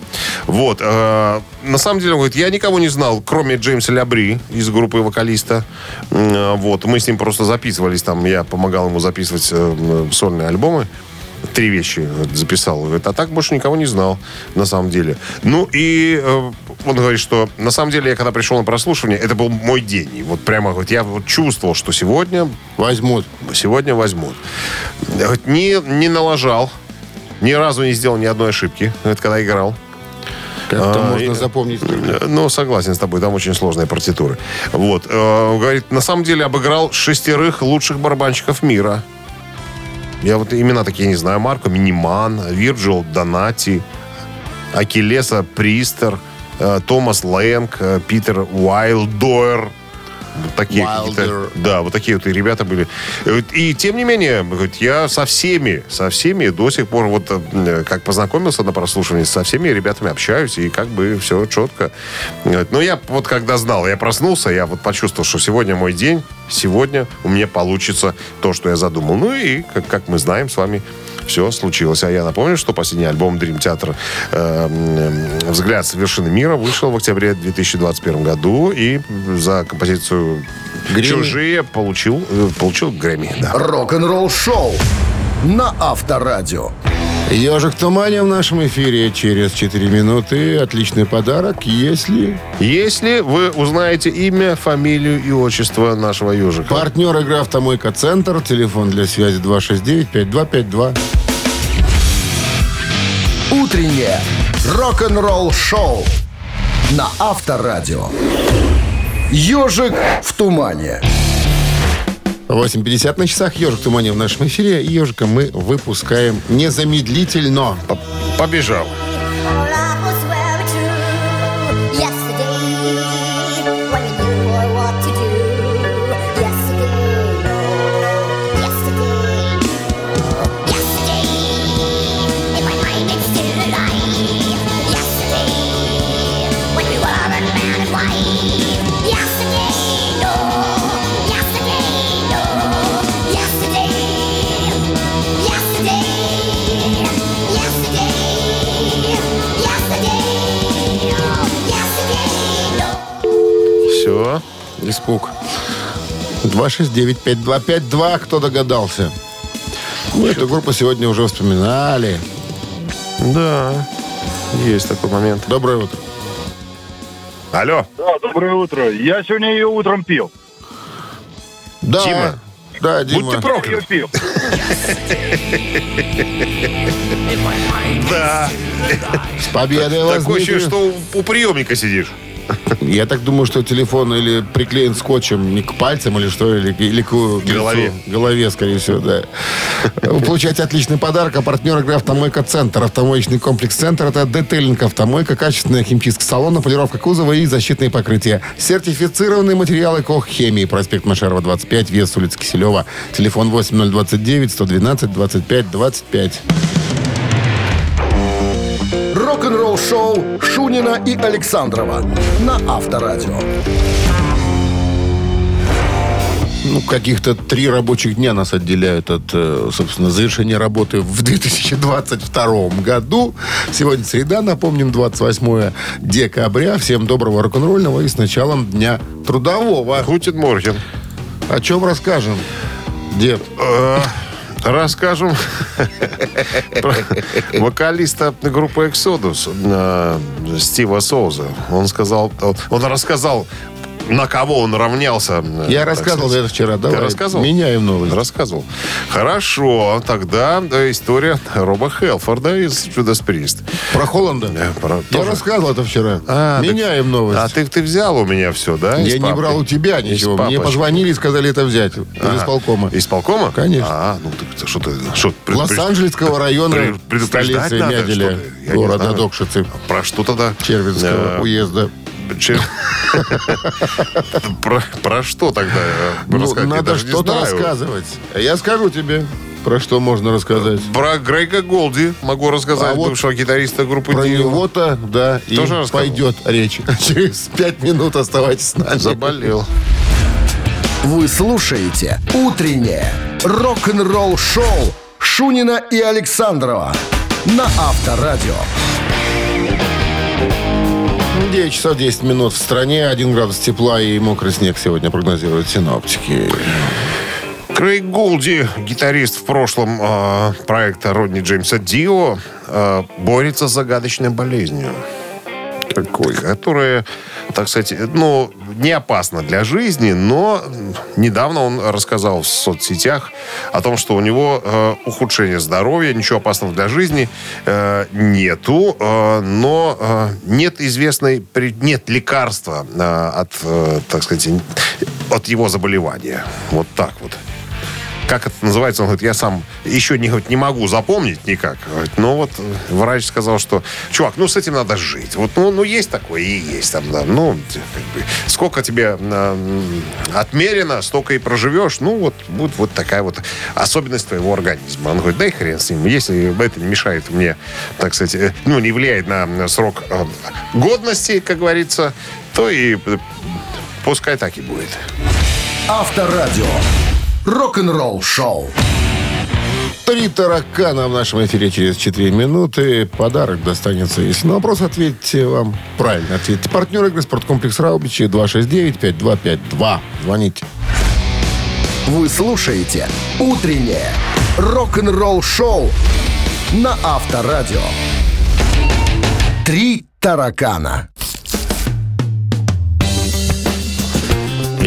[SPEAKER 3] Вот. э, на самом деле, он говорит, я никого не знал, кроме Джеймса Лябри из группы вокалиста. М, э, Вот. Мы с ним просто записывались там. Я помогал ему записывать э, м, сольные альбомы. Три вещи э, записал. Говорит, а так больше никого не знал, на самом деле. Ну и э, он говорит, что на самом деле я когда пришел на прослушивание, это был мой день. И вот прямо говорит, я вот чувствовал, что сегодня
[SPEAKER 2] Возьмут.
[SPEAKER 3] сегодня возьмут. Говорит, Не, не налажал, ни разу не сделал ни одной ошибки, это когда играл.
[SPEAKER 2] Как-то
[SPEAKER 3] А,
[SPEAKER 2] можно
[SPEAKER 3] и-
[SPEAKER 2] запомнить.
[SPEAKER 3] Э, Ну, согласен с тобой, там очень сложные партитуры. Вот. э, Говорит, на самом деле обыграл шестерых лучших барабанщиков мира. Я вот имена такие не знаю. Марко Миниман, Вирджил Донати, Акилеса Пристер, э, Томас Лэнг, э, Питер Уайлдойер. Вот такие какие-то-
[SPEAKER 2] Уайлдер.
[SPEAKER 3] да, вот такие вот и ребята были. И вот- И тем не менее, говорит, я со всеми, со всеми до сих пор, вот э, как познакомился на прослушивании, со всеми ребятами общаюсь, и как бы все четко. Говорит, Но я вот когда знал, я проснулся, я вот почувствовал, что сегодня мой день, сегодня у меня получится то, что я задумал. Ну и, как, как мы знаем с вами, все случилось. А я напомню, что последний альбом Dream Theater э, м, «Взгляд с вершины мира» вышел в октябре 2021 году. И за композицию «Чужие» получил, э, получил Грэмми. да.
[SPEAKER 1] Рок-н-ролл шоу на Авторадио.
[SPEAKER 2] Ежик в тумане в нашем эфире через 4 минуты. Отличный подарок, если
[SPEAKER 3] Если вы узнаете имя, фамилию и отчество нашего ежика.
[SPEAKER 2] партнер игра «Автомойка Центр». Телефон для связи 269-5252.
[SPEAKER 1] Утреннее рок-н-ролл шоу на Авторадио. Ежик в тумане.
[SPEAKER 2] 8.50 на часах. Ежик в тумане в нашем эфире. И ежика мы выпускаем незамедлительно.
[SPEAKER 3] П- Побежал.
[SPEAKER 9] All I was very true yesterday when you knew what to do. Yesterday, yesterday, yesterday. In my mind, it's still alive. Yesterday, when we were a man and wife. Yesterday, no. Yesterday, no. Yesterday, yesterday, yesterday, yesterday, oh, yesterday, oh. no.
[SPEAKER 3] Все.
[SPEAKER 2] Испуг. 269-5252. Кто догадался? Мы эту группу сегодня уже вспоминали.
[SPEAKER 3] Да. Есть такой момент.
[SPEAKER 2] Доброе утро.
[SPEAKER 3] Алло.
[SPEAKER 4] Да, доброе утро. Я сегодня ее утром пил.
[SPEAKER 2] Да.
[SPEAKER 3] Дима.
[SPEAKER 2] Да,
[SPEAKER 3] Будь
[SPEAKER 2] Дима.
[SPEAKER 3] ты проклят.
[SPEAKER 4] Ее пил.
[SPEAKER 3] Да.
[SPEAKER 2] С победой вас,
[SPEAKER 3] Такое ощущение,
[SPEAKER 2] Дмитрий.
[SPEAKER 3] что у- у приемника сидишь.
[SPEAKER 2] Я так думаю, что телефон или приклеен скотчем не к пальцам или что, или, к- или к, к
[SPEAKER 3] голове.
[SPEAKER 2] лицу. К голове, скорее всего, да. Вы получаете отличный подарок, а партнер игры «Автомойка Центр». Автомоечный комплекс «Центр» — это детейлинг автомойка, качественная химчистка салона, полировка кузова и защитные покрытия. Сертифицированные материалы «Коххемии». Проспект Машарова, 25, вес улицы Киселева. Телефон 8029-112-25-25.
[SPEAKER 1] Рок-н-ролл шоу Шунина и Александрова на Авторадио.
[SPEAKER 2] Ну, каких-то три рабочих дня нас отделяют от, э, собственно, завершения работы в 2022 году. Сегодня среда, напомним, 28 декабря. Всем доброго рок-н-ролльного и с началом дня трудового.
[SPEAKER 3] Гутин Морхен.
[SPEAKER 2] О чем расскажем, дед?
[SPEAKER 3] Э, Расскажем про вокалиста группы «Эксодус» э, Стива Соуза. Он сказал, он- он рассказал, на кого он равнялся. э,
[SPEAKER 2] Я
[SPEAKER 3] так
[SPEAKER 2] рассказывал
[SPEAKER 3] сказать.
[SPEAKER 2] это вчера.
[SPEAKER 3] Ты
[SPEAKER 2] Давай,
[SPEAKER 3] рассказывал?
[SPEAKER 2] Меняем новость.
[SPEAKER 3] Рассказывал. Хорошо, тогда э, история Роба Хелфорда из «Чудо Прист».
[SPEAKER 2] Про Холланда?
[SPEAKER 3] Э, про-
[SPEAKER 2] Я
[SPEAKER 3] тоже?
[SPEAKER 2] рассказывал это вчера.
[SPEAKER 3] А, так-
[SPEAKER 2] Меняем новость.
[SPEAKER 3] А ты, ты взял у меня все, да? из
[SPEAKER 2] Я не
[SPEAKER 3] папки?
[SPEAKER 2] брал у тебя
[SPEAKER 3] Из
[SPEAKER 2] ничего. Мне
[SPEAKER 3] папочки.
[SPEAKER 2] позвонили и сказали это взять.
[SPEAKER 3] Ага.
[SPEAKER 2] Из полкома.
[SPEAKER 3] Из полкома?
[SPEAKER 2] Конечно.
[SPEAKER 3] А, ну ты что ты... Что, ты предупрежд-
[SPEAKER 2] Лос-Анджелесского
[SPEAKER 3] Пред-
[SPEAKER 2] района,
[SPEAKER 3] предупреждать
[SPEAKER 2] столицы
[SPEAKER 3] надо,
[SPEAKER 2] Мяделя,
[SPEAKER 3] что ты? Я не
[SPEAKER 2] города
[SPEAKER 3] знаю.
[SPEAKER 2] Докшицы,
[SPEAKER 3] Про что тогда?
[SPEAKER 2] Червинского
[SPEAKER 3] Э,
[SPEAKER 2] уезда.
[SPEAKER 3] Чер- Про, про что тогда э,
[SPEAKER 2] Ну,
[SPEAKER 3] рассказать? Я
[SPEAKER 2] надо
[SPEAKER 3] даже не
[SPEAKER 2] что-то
[SPEAKER 3] знаю.
[SPEAKER 2] рассказывать. А Я скажу тебе, про что можно рассказать.
[SPEAKER 3] Про Грейга Голди могу рассказать,
[SPEAKER 2] А вот
[SPEAKER 3] бывшего гитариста группы
[SPEAKER 2] Про
[SPEAKER 3] Dio.
[SPEAKER 2] него-то, да, и
[SPEAKER 3] Тоже рассказывал?
[SPEAKER 2] пойдет речь. Через пять минут оставайтесь с нами.
[SPEAKER 3] Заболел.
[SPEAKER 1] Вы слушаете «Утреннее рок-н-ролл-шоу» Шунина и Александрова на Авторадио.
[SPEAKER 2] 9 Ну, часов 10 минут в стране, 1 градус тепла и мокрый снег сегодня прогнозируют синоптики.
[SPEAKER 3] Крейг Голди, гитарист в прошлом э, проекта Родни Джеймса Дио, э, борется с загадочной болезнью. Какой? Которая, так сказать, ну, не опасна для жизни, но недавно он рассказал в соцсетях о том, что у него э, ухудшение здоровья, ничего опасного для жизни э, нету, э, но э, нет известной, при- нет лекарства э, от, э, так сказать, от его заболевания. Вот так вот как это называется, он говорит, я сам еще не, говорит, не могу запомнить никак. Говорит, но вот э, врач сказал, что, чувак, ну с этим надо жить. Вот, ну, ну есть такое и есть там, да. ну, т- как бы, сколько тебе э, м, отмерено, столько и проживешь. Ну, вот будет вот такая вот особенность твоего организма. Он говорит, да и хрен с ним, если это не мешает мне, так сказать, э, ну, не влияет на м, срок э, годности, как говорится, то и э, пускай так и будет.
[SPEAKER 1] Авторадио. Рок-н-ролл-шоу.
[SPEAKER 2] Три таракана в нашем эфире через 4 минуты. Подарок достанется, если на вопрос ответите вам правильно. Ответьте. Партнер игры «Спорткомплекс Раубичи» 269-5252. Звоните.
[SPEAKER 1] Вы слушаете «Утреннее рок-н-ролл-шоу» на Авторадио. «Три таракана».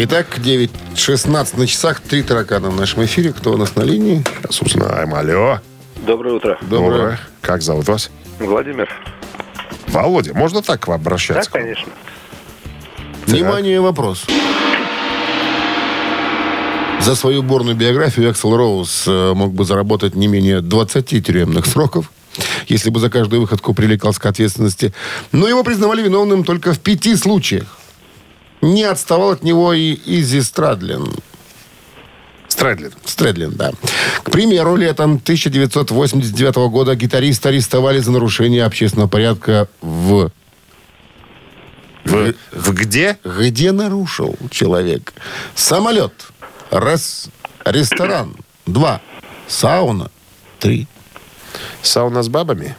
[SPEAKER 2] Итак, 9.16 на часах. Три таракана в нашем эфире. Кто у нас на линии?
[SPEAKER 3] Сейчас узнаем. Алло.
[SPEAKER 4] Доброе утро.
[SPEAKER 2] Доброе.
[SPEAKER 3] Как зовут вас?
[SPEAKER 4] Владимир.
[SPEAKER 3] Володя, можно так к вам обращаться?
[SPEAKER 4] конечно.
[SPEAKER 2] Внимание, вопрос. За свою бурную биографию Эксел Роуз э, мог бы заработать не менее 20 тюремных сроков, если бы за каждую выходку привлекался к ответственности. Но его признавали виновным только в пяти случаях. Не отставал от него и Изи Страдлин.
[SPEAKER 3] Страдлин.
[SPEAKER 2] Стрэдлин, да. К примеру, летом 1989 года гитариста арестовали за нарушение общественного порядка в...
[SPEAKER 3] В, в где?
[SPEAKER 2] Где нарушил человек? Самолет. Раз. Ресторан. Два. Сауна. Три.
[SPEAKER 3] Сауна с бабами?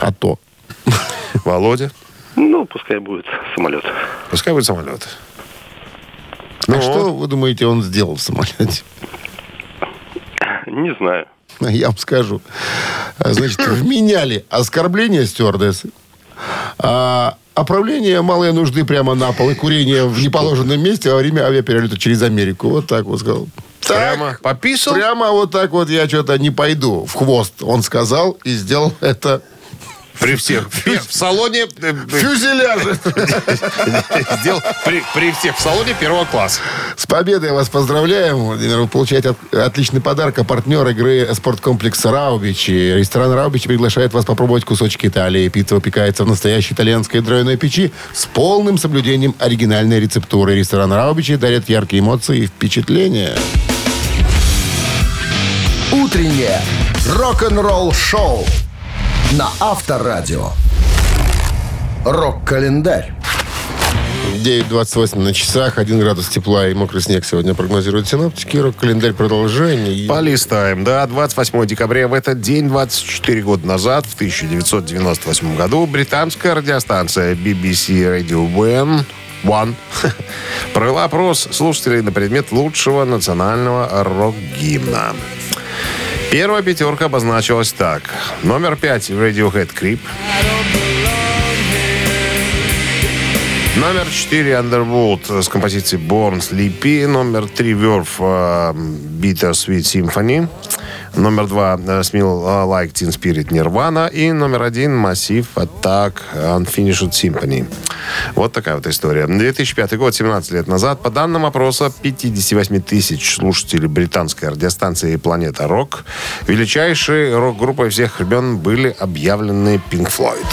[SPEAKER 2] А то.
[SPEAKER 3] Володя.
[SPEAKER 4] Ну, пускай будет самолет.
[SPEAKER 3] Пускай будет самолет.
[SPEAKER 4] Ну
[SPEAKER 2] А что, вы думаете, он сделал в самолете?
[SPEAKER 4] Не знаю.
[SPEAKER 2] Я вам скажу. А, Значит, вменяли оскорбление стюардессы, а, оправление малой нужды прямо на пол и курение в неположенном месте во время авиаперелета через Америку. Вот так вот сказал. Так,
[SPEAKER 3] Прямо пописал?
[SPEAKER 2] Прямо вот так вот я что-то не пойду в хвост. Он сказал и сделал это
[SPEAKER 3] При всех. Фе- В салоне... э, э,
[SPEAKER 2] фюзеляже.
[SPEAKER 3] Сделал при, при всех в салоне первого класса.
[SPEAKER 2] С победой вас поздравляем. Владимир, вы получаете от- отличный подарок. А партнер игры спорткомплекс «Раубичи». Ресторан «Раубичи» приглашает вас попробовать кусочек Италии. Пицца выпекается в настоящей итальянской дровяной печи с полным соблюдением оригинальной рецептуры. Ресторан «Раубичи» дарит яркие эмоции и впечатления.
[SPEAKER 1] «Утреннее рок-н-ролл-шоу» на Авторадио. Рок-календарь.
[SPEAKER 2] 9.28 на часах, 1 градус тепла и мокрый снег сегодня прогнозируют синоптики. Рок-календарь продолжение.
[SPEAKER 3] Полистаем, да. 28 декабря в этот день, 24 года назад, в 1998 году, британская радиостанция BBC Radio One, One провела опрос слушателей на предмет лучшего национального рок-гимна. Первая пятерка обозначилась так. Номер пять Radiohead Creep. Номер 4 Underwood э, с композицией Born Sleepy. Номер 3 Верф э, Bitter Sweet Symphony. Номер 2 Smell э, Like Teen Spirit Nirvana. И номер 1 Massive Attack Unfinished Symphony. Вот такая вот история. 2005 год, 17 лет назад. По данным опроса, 58 тысяч слушателей британской радиостанции «Планета Рок» величайшей рок-группой всех времен были объявлены Pink Floyd.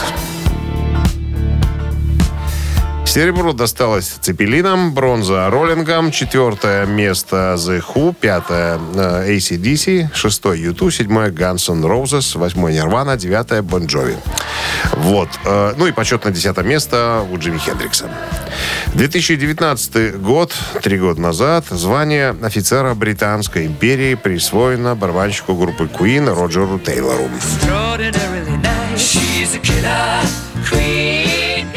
[SPEAKER 3] С Серебро досталось Цепелинам, бронза Роллингам, четвертое место The Who, пятое э, ACDC, шестое U2, седьмое Guns N' Roses, восьмое Нирвана, девятое Бон Джови. Вот. Э, Ну и почетное десятое место у Джимми Хендрикса. 2019 год, три года назад, звание офицера Британской империи присвоено барабанщику группы Queen Роджеру Тейлору.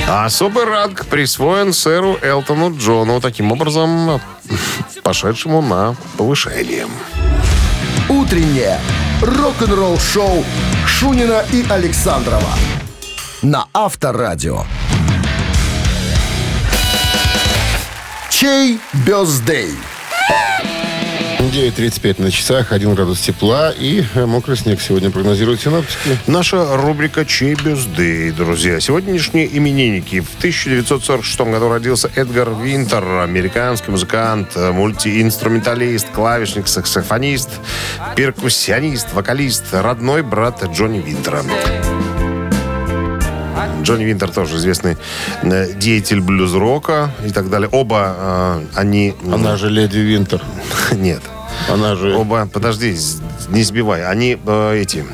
[SPEAKER 3] А особый ранг присвоен сэру Элтону Джону, таким образом пошедшему на повышение.
[SPEAKER 1] Утреннее рок-н-ролл-шоу Шунина и Александрова на Авторадио. Чей бездей?
[SPEAKER 2] 9.35 на часах, 1 градус тепла и э, мокрый снег сегодня прогнозируют синоптики.
[SPEAKER 3] Наша рубрика «Чей бюзды», друзья. Сегодняшние именинники. В 1946 году родился Эдгар Винтер, американский музыкант, э, мультиинструменталист, клавишник, саксофонист, перкуссионист, вокалист, родной брат Джонни Винтера. Джонни Винтер тоже известный э, деятель блюз-рока и так далее. Оба э, они...
[SPEAKER 2] Она же Леди Винтер.
[SPEAKER 3] Нет.
[SPEAKER 2] Она же...
[SPEAKER 3] Оба, подожди, с- не сбивай. Они э, эти,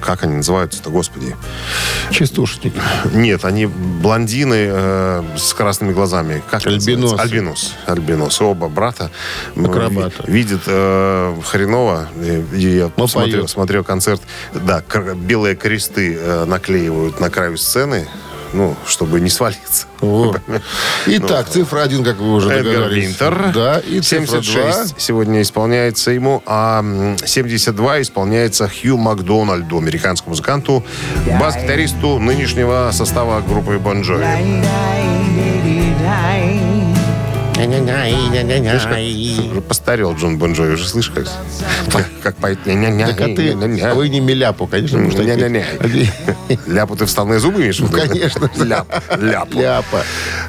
[SPEAKER 3] как они называются-то, господи.
[SPEAKER 2] Частушечник.
[SPEAKER 3] Нет, они блондины э, с красными глазами. Как это
[SPEAKER 2] Альбиносы.
[SPEAKER 3] называется? Альбинос. Альбинос. Оба брата. м,
[SPEAKER 2] Акробаты.
[SPEAKER 3] ви- Видят э, хреново. И- и я
[SPEAKER 2] Но
[SPEAKER 3] смотрел,
[SPEAKER 2] поют.
[SPEAKER 3] смотрел концерт. Да, кр- белые кресты э, наклеивают на краю сцены, ну, чтобы не свалиться.
[SPEAKER 2] Вот. Итак, цифра 1, как вы уже
[SPEAKER 3] Ну, Эдгар
[SPEAKER 2] догадались.
[SPEAKER 3] Винтер.
[SPEAKER 2] Да, и цифра 2.
[SPEAKER 3] 76 сегодня исполняется ему, а м, 72 исполняется Хью Макдональду, американскому музыканту, бас-гитаристу нынешнего состава группы Бон Джови. Слышишь, как- уже постарел Джон Бон Джови, уже слышишь, как, как поет «ня-ня-ня»,
[SPEAKER 2] Так а ты,
[SPEAKER 3] «ня-ня-ня».
[SPEAKER 2] а вы не миляпу, конечно, потому что...
[SPEAKER 3] «Ня-ня-ня». Ляпу ты в вставные зубы имеешь? в виду?
[SPEAKER 2] Ну, конечно.
[SPEAKER 3] Ляп, ляп.
[SPEAKER 2] Ляпа.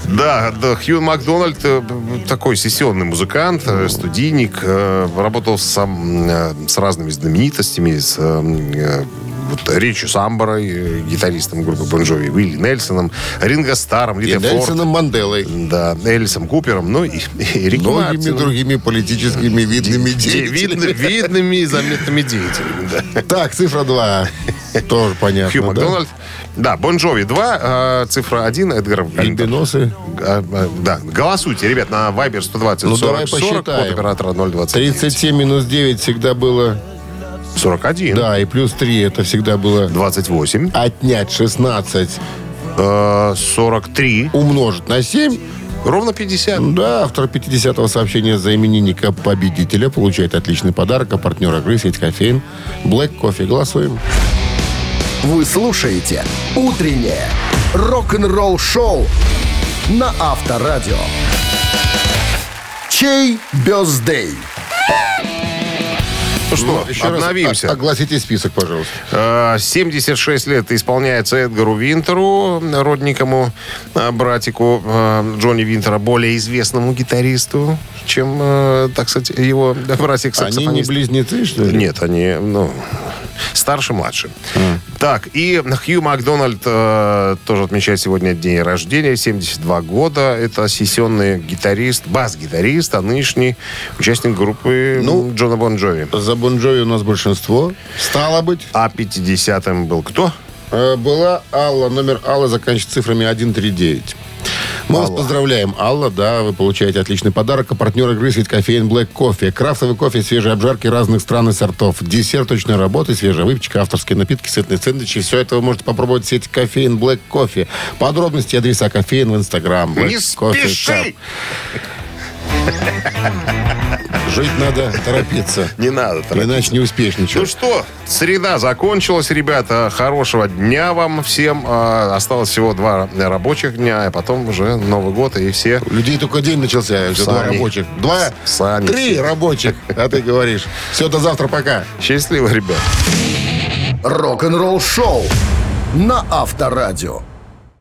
[SPEAKER 3] Да, да, Хью Макдональд э, такой сессионный музыкант, э, студийник, э, работал сам э, с разными знаменитостями, с э, э, вот Ричи Самборой, э, гитаристом группы Бон Джови, Уилли Нельсоном, Ринго Старом,
[SPEAKER 2] И
[SPEAKER 3] Литой Форд,
[SPEAKER 2] Нельсоном Манделой.
[SPEAKER 3] да, Элисом Купером, ну и, и Рик
[SPEAKER 2] Многими
[SPEAKER 3] Мартином.
[SPEAKER 2] другими политическими видными
[SPEAKER 3] Де-
[SPEAKER 2] деятелями.
[SPEAKER 3] видны- видными и заметными деятелями, да.
[SPEAKER 2] Так, цифра 2. Тоже понятно.
[SPEAKER 3] Хью
[SPEAKER 2] да?
[SPEAKER 3] Макдональд. Да, Бон Джови 2, э, цифра 1, Эдгар Винтер.
[SPEAKER 2] Альбиносы.
[SPEAKER 3] А, а, Да, голосуйте, ребят, на Viber 120
[SPEAKER 2] Ну,
[SPEAKER 3] 40
[SPEAKER 2] давай
[SPEAKER 3] 40, код
[SPEAKER 2] посчитаем.
[SPEAKER 3] оператора 029.
[SPEAKER 2] 37 минус 9 всегда было...
[SPEAKER 3] 41.
[SPEAKER 2] Да, и плюс 3 это всегда было...
[SPEAKER 3] 28.
[SPEAKER 2] Отнять 16
[SPEAKER 3] э, 43.
[SPEAKER 2] умножить на 7.
[SPEAKER 3] Ровно Ну 50.
[SPEAKER 2] Да, автор 50-го сообщения за именинника победителя получает отличный подарок. А партнер игры сеть кофеин. Black кофе. Голосуем.
[SPEAKER 1] Вы слушаете «Утреннее рок-н-ролл-шоу» на Авторадио. Чей бездей?
[SPEAKER 3] Ну что,
[SPEAKER 2] Еще раз а,
[SPEAKER 3] обновимся.
[SPEAKER 2] о- огласите список, пожалуйста.
[SPEAKER 3] Э, 76 лет исполняется Эдгару Винтеру, родникому э, братику э, Джонни Винтера, более известному гитаристу, чем, э, так сказать, его
[SPEAKER 2] Они не
[SPEAKER 3] братик-саксофонист.
[SPEAKER 2] близнецы, что ли?
[SPEAKER 3] Нет, они, ну, старше, младше. Так, и Хью Макдональд э, тоже отмечает сегодня день рождения, 72 года. Это сессионный гитарист, бас-гитарист, а нынешний участник группы ну, Джона Бон Джови.
[SPEAKER 2] За Бон Джови у нас большинство. Стало быть,
[SPEAKER 3] А 50-м был кто?
[SPEAKER 2] э, была Алла. Номер Аллы заканчивается цифрами 139. Мы вас поздравляем, Алла, да, вы получаете отличный подарок. А партнер игры сеть кофеин Black Кофе. Крафтовый кофе, свежие обжарки разных стран и сортов. Десерточная работа, свежая выпечка, авторские напитки, сытные сэндвичи. Все это вы можете попробовать в сети кофеин Black Кофе. Подробности и адреса кофеин в Инстаграм. Black
[SPEAKER 3] Не
[SPEAKER 2] Coffee
[SPEAKER 3] спеши!
[SPEAKER 2] Cup. Жить надо торопиться.
[SPEAKER 3] Не надо так.
[SPEAKER 2] Иначе не успеешь ничего.
[SPEAKER 3] Ну что, среда закончилась, ребята. Хорошего дня вам всем. А, Осталось всего два рабочих дня, а потом уже Новый год, и все
[SPEAKER 2] У людей только день начался. Уже два
[SPEAKER 3] Сани.
[SPEAKER 2] рабочих. Два,
[SPEAKER 3] Сани.
[SPEAKER 2] три рабочих, а ты говоришь. Все, до завтра, пока.
[SPEAKER 3] счастливы, ребят.
[SPEAKER 1] Рок-н-ролл-шоу на Авторадио.